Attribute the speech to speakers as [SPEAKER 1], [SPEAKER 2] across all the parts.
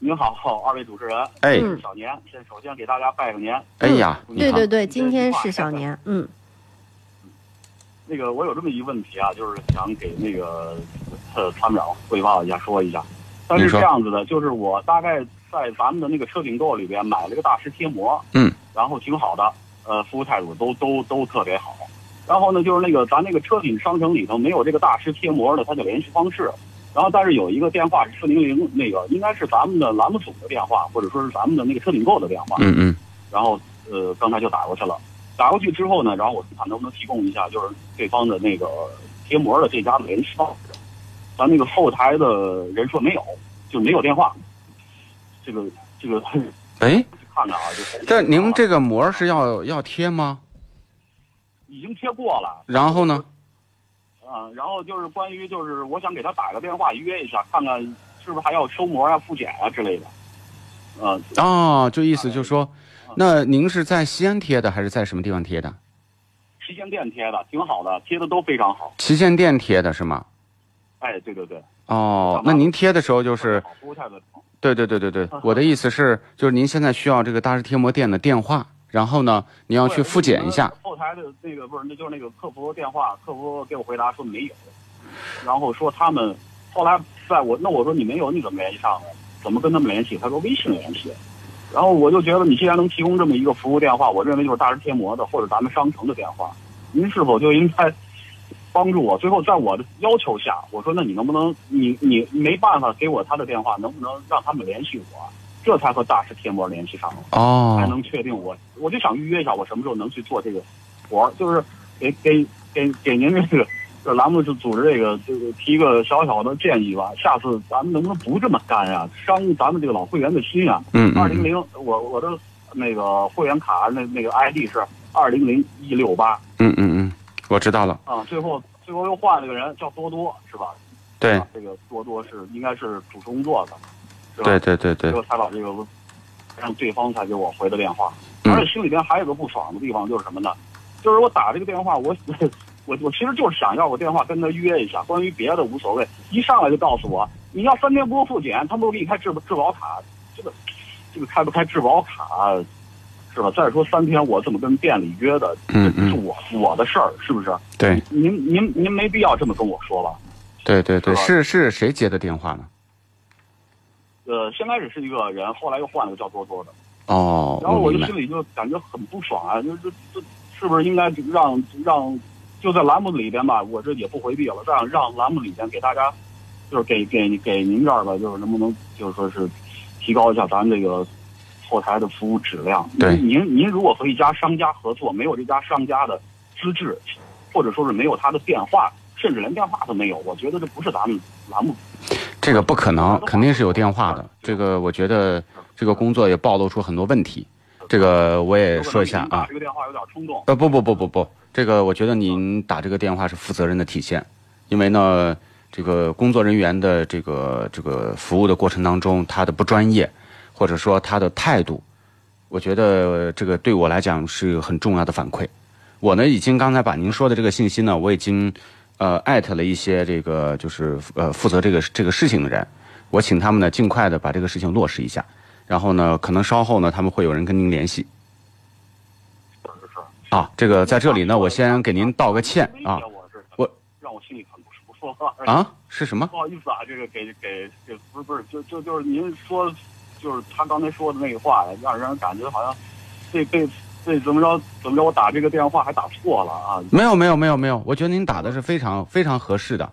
[SPEAKER 1] 您好，二位主持人，
[SPEAKER 2] 哎
[SPEAKER 3] 嗯
[SPEAKER 1] 小年，先首先给大家拜个年。
[SPEAKER 2] 哎呀，你
[SPEAKER 3] 对
[SPEAKER 2] 好
[SPEAKER 3] 对对，今天是小年，嗯
[SPEAKER 1] 那个，我有这么一问题啊，就是想给那个呃参谋长汇报一下，说一下。但是
[SPEAKER 2] 你说
[SPEAKER 1] 这样子的，就是我大概在咱们的那个车顶购里边买了个大师贴膜，
[SPEAKER 2] 嗯，
[SPEAKER 1] 然后挺好的，呃，服务态度都都都特别好。然后呢，就是那个咱那个车顶商城里头没有这个大师贴膜的它的联系方式。然后，但是有一个电话是四零零，那个应该是咱们的栏目组的电话，或者说是咱们的那个车顶购的电话。
[SPEAKER 2] 嗯嗯，
[SPEAKER 1] 然后呃，刚才就打过去了。打过去之后呢，然后我看能不能提供一下，就是对方的那个贴膜的这家的人是到的，咱那个后台的人说没有，就没有电话。这个这个看
[SPEAKER 2] 哎，
[SPEAKER 1] 看啊，就是
[SPEAKER 2] 但您这个膜是要要贴吗？
[SPEAKER 1] 已经贴过了，
[SPEAKER 2] 然后呢？
[SPEAKER 1] 嗯、然后就是关于就是我想给他打个电话约一下，看看是不是还要收膜啊、复检啊之类的。嗯、
[SPEAKER 2] 哦，就意思就是说
[SPEAKER 1] 嗯，
[SPEAKER 2] 那您是在西安贴的还是在什么地方贴的？
[SPEAKER 1] 旗舰店贴的挺好的，贴的都非常好。
[SPEAKER 2] 旗舰店贴的是吗？
[SPEAKER 1] 哎，对对对，
[SPEAKER 2] 哦，那您贴的时候就是，
[SPEAKER 1] 好服务态度。
[SPEAKER 2] 对对对对对，我的意思是，就是您现在需要这个大师贴膜店的电话，然后呢，你要去复检一下。。
[SPEAKER 1] 后台的那个不是，那就是那个客服电话，客服给我回答说没有，然后说他们后来在我那我说你没有你怎么联系上的？怎么跟他们联系？他说微信联系。然后我就觉得你既然能提供这么一个服务电话，我认为就是大师贴膜的或者咱们商城的电话，您是否就应该帮助我？最后在我的要求下，我说那你能不能你你没办法给我他的电话，能不能让他们联系我？这才和大师贴膜联系上了。才
[SPEAKER 2] 哦，
[SPEAKER 1] 能确定我，我就想预约一下我什么时候能去做这个活儿，就是给给给给您这个这栏目组织这个这个提个小小的建议吧，下次咱们能不能不这么干呀、伤咱们这个老会员的心啊！
[SPEAKER 2] 嗯
[SPEAKER 1] 二零
[SPEAKER 2] 嗯，
[SPEAKER 1] 零，我我的那个会员卡那那个 ID 是二零零一六八
[SPEAKER 2] 嗯嗯嗯，我知道了。
[SPEAKER 1] 啊，最后最后又换了个人叫多多是吧？
[SPEAKER 2] 对
[SPEAKER 1] 啊，这个多多是应该是主持工作的，是吧？
[SPEAKER 2] 对对对
[SPEAKER 1] 最
[SPEAKER 2] 对，
[SPEAKER 1] 后才把这个让对方才给我回的电话。
[SPEAKER 2] 嗯
[SPEAKER 1] 而且心里边还有个不爽的地方就是什么呢？就是我打这个电话，我 我我其实就是想要个电话跟他约一下，关于别的无所谓，一上来就告诉我你要三天不复检，他们都给你开质质保卡，这个这个开不开质保卡是吧？再说三天我怎么跟店里约的？
[SPEAKER 2] 嗯
[SPEAKER 1] 这是
[SPEAKER 2] 嗯，
[SPEAKER 1] 我我的事儿，是不是？
[SPEAKER 2] 对
[SPEAKER 1] 您您您没必要这么跟我说吧？
[SPEAKER 2] 对对对，
[SPEAKER 1] 是吧
[SPEAKER 2] 是是谁接的电话呢？
[SPEAKER 1] 呃，先开始是一个人，后来又换了个叫多多的。
[SPEAKER 2] 哦，
[SPEAKER 1] 然后
[SPEAKER 2] 我
[SPEAKER 1] 我
[SPEAKER 2] 明
[SPEAKER 1] 就
[SPEAKER 2] 白
[SPEAKER 1] 心。里就感觉很不爽啊，就是这这是不是应该让让就在栏目里边吧，我这也不回避了，让让栏目里边给大家就是给给给您这儿吧，就是能不能就是说是提高一下咱这个后台的服务质量？
[SPEAKER 2] 对
[SPEAKER 1] 您您如果和一家商家合作，没有这家商家的资质，或者说是没有他的电话，甚至连电话都没有，我觉得这不是咱们栏目
[SPEAKER 2] 这个不可能，肯定是有电话的。这个我觉得这个工作也暴露出很多问题。这个我也说一下
[SPEAKER 1] 有可能您打
[SPEAKER 2] 啊
[SPEAKER 1] 这，个电话有点冲动。
[SPEAKER 2] 呃，不不不不不，这个我觉得您打这个电话是负责任的体现，因为呢，这个工作人员的这个这个服务的过程当中，他的不专业，或者说他的态度，我觉得这个对我来讲是很重要的反馈。我呢，已经刚才把您说的这个信息呢，我已经呃艾特了一些这个就是呃负责这个这个事情的人，我请他们呢尽快的把这个事情落实一下，然后呢，可能稍后呢他们会有人跟您联系。
[SPEAKER 1] 是是是
[SPEAKER 2] 啊，这个在这里呢，我先给您道个歉啊
[SPEAKER 1] 我是
[SPEAKER 2] 我
[SPEAKER 1] 让我心里很不舒服啊
[SPEAKER 2] 啊，是什么？
[SPEAKER 1] 不好意思啊，这个给给给不是不是，就就就是您说，就是他刚才说的那个话，让人感觉好像被被被怎么着怎么着，我打这个电话还打错了啊！
[SPEAKER 2] 没有没有没有没有，我觉得您打的是非常非常合适的，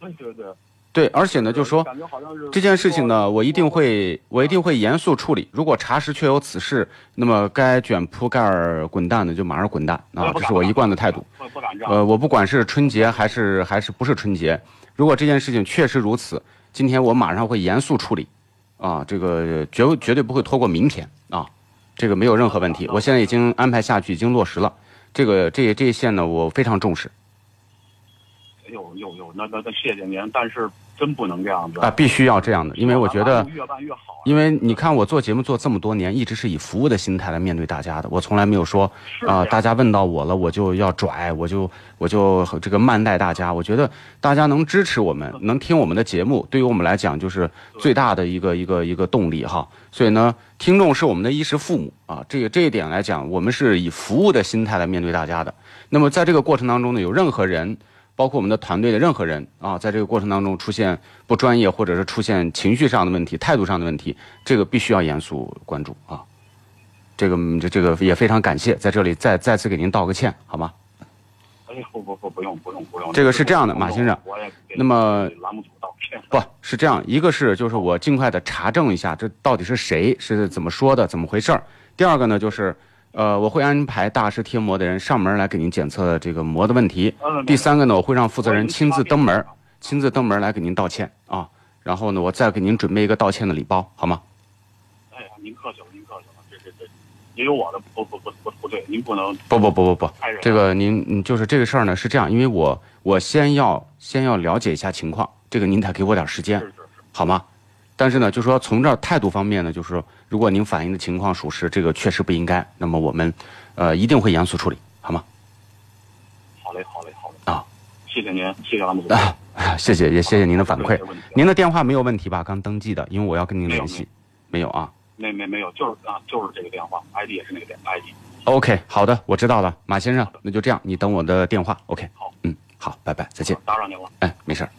[SPEAKER 1] 对对对，
[SPEAKER 2] 对，而且呢，就说
[SPEAKER 1] 感觉好像是
[SPEAKER 2] 这件事情呢，我一定会我一定会严肃处理。如果查实确有此事，那么该卷铺盖儿滚蛋的就马上滚蛋啊，这是我一贯的态度。，
[SPEAKER 1] 不不敢这样，
[SPEAKER 2] 呃，我不管是春节还是还是不是春节，如果这件事情确实如此，今天我马上会严肃处理，啊，这个绝绝对不会拖过明天啊，这个没有任何问题。我现在已经安排下去，已经落实了。这个这这一线呢，我非常重视
[SPEAKER 1] 有有有，那那那谢谢您，但是真不能这样子
[SPEAKER 2] 啊，，必须要这样的，因为我觉得，
[SPEAKER 1] 越办越好啊。
[SPEAKER 2] 因为你看我做节目做这么多年，一直是以服务的心态来面对大家的，我从来没有说
[SPEAKER 1] 是这
[SPEAKER 2] 啊、
[SPEAKER 1] 样
[SPEAKER 2] 大家问到我了，我就要拽，我就我就这个慢待大家。我觉得大家能支持我们，能听我们的节目，对于我们来讲就是最大的一个一个一个动力哈。所以呢，听众是我们的衣食父母啊，这个这一点来讲，我们是以服务的心态来面对大家的。那么在这个过程当中呢，有任何人。包括我们的团队的任何人啊，在这个过程当中出现不专业，或者是出现情绪上的问题、态度上的问题，这个必须要严肃关注啊。这个嗯这这个也非常感谢，在这里再再次给您道个歉，好吗？
[SPEAKER 1] 哎呀，不不不，不用不用不用。
[SPEAKER 2] 这个是这样的
[SPEAKER 1] 我
[SPEAKER 2] 马先生
[SPEAKER 1] 我也给
[SPEAKER 2] 那么
[SPEAKER 1] 给栏目组道歉。呃
[SPEAKER 2] 不是这样，一个是就是我尽快的查证一下这到底是谁是怎么说的，怎么回事儿。第二个呢就是，呃，我会安排大师贴膜的人上门来给您检测这个膜的问题。
[SPEAKER 1] 嗯，
[SPEAKER 2] 第三个呢，我会让负
[SPEAKER 1] 负
[SPEAKER 2] 责人亲自登门儿，亲自登门儿来给您道歉啊。然后呢，我再给您准备一个道歉的礼包，好吗？
[SPEAKER 1] 哎呀，您客气了，您客气了，这这这也有我的不不不不不对，您不能
[SPEAKER 2] 不不不不不，
[SPEAKER 1] 害人。啊
[SPEAKER 2] 这个您嗯，就是这个事儿呢是这样，因为我我先要先要了解一下情况，这个您得给我点儿时间
[SPEAKER 1] 是，是是，
[SPEAKER 2] 好吗？但是呢，就说从这儿态度方面呢，就是说，如果您反映的情况属实，这个确实不应该，那么我们，呃，一定会严肃处理，好吗？
[SPEAKER 1] 好嘞好嘞好嘞
[SPEAKER 2] 啊！
[SPEAKER 1] 谢谢您，谢谢栏目组
[SPEAKER 2] 啊，谢谢，也谢谢您的反馈。
[SPEAKER 1] 没问题
[SPEAKER 2] 您的电话没有问题吧？刚登记的，因为我要跟您
[SPEAKER 1] 没有
[SPEAKER 2] 联系。没有啊
[SPEAKER 1] 没没没有，就是啊，就是这个电话，ID 也是那个电 ID。
[SPEAKER 2] ？OK，好的，我知道了，马先生，那就这样，你等我的电话。OK，
[SPEAKER 1] 好，
[SPEAKER 2] 嗯，好，拜拜，再见。
[SPEAKER 1] 打扰您了。
[SPEAKER 2] 哎，没事儿。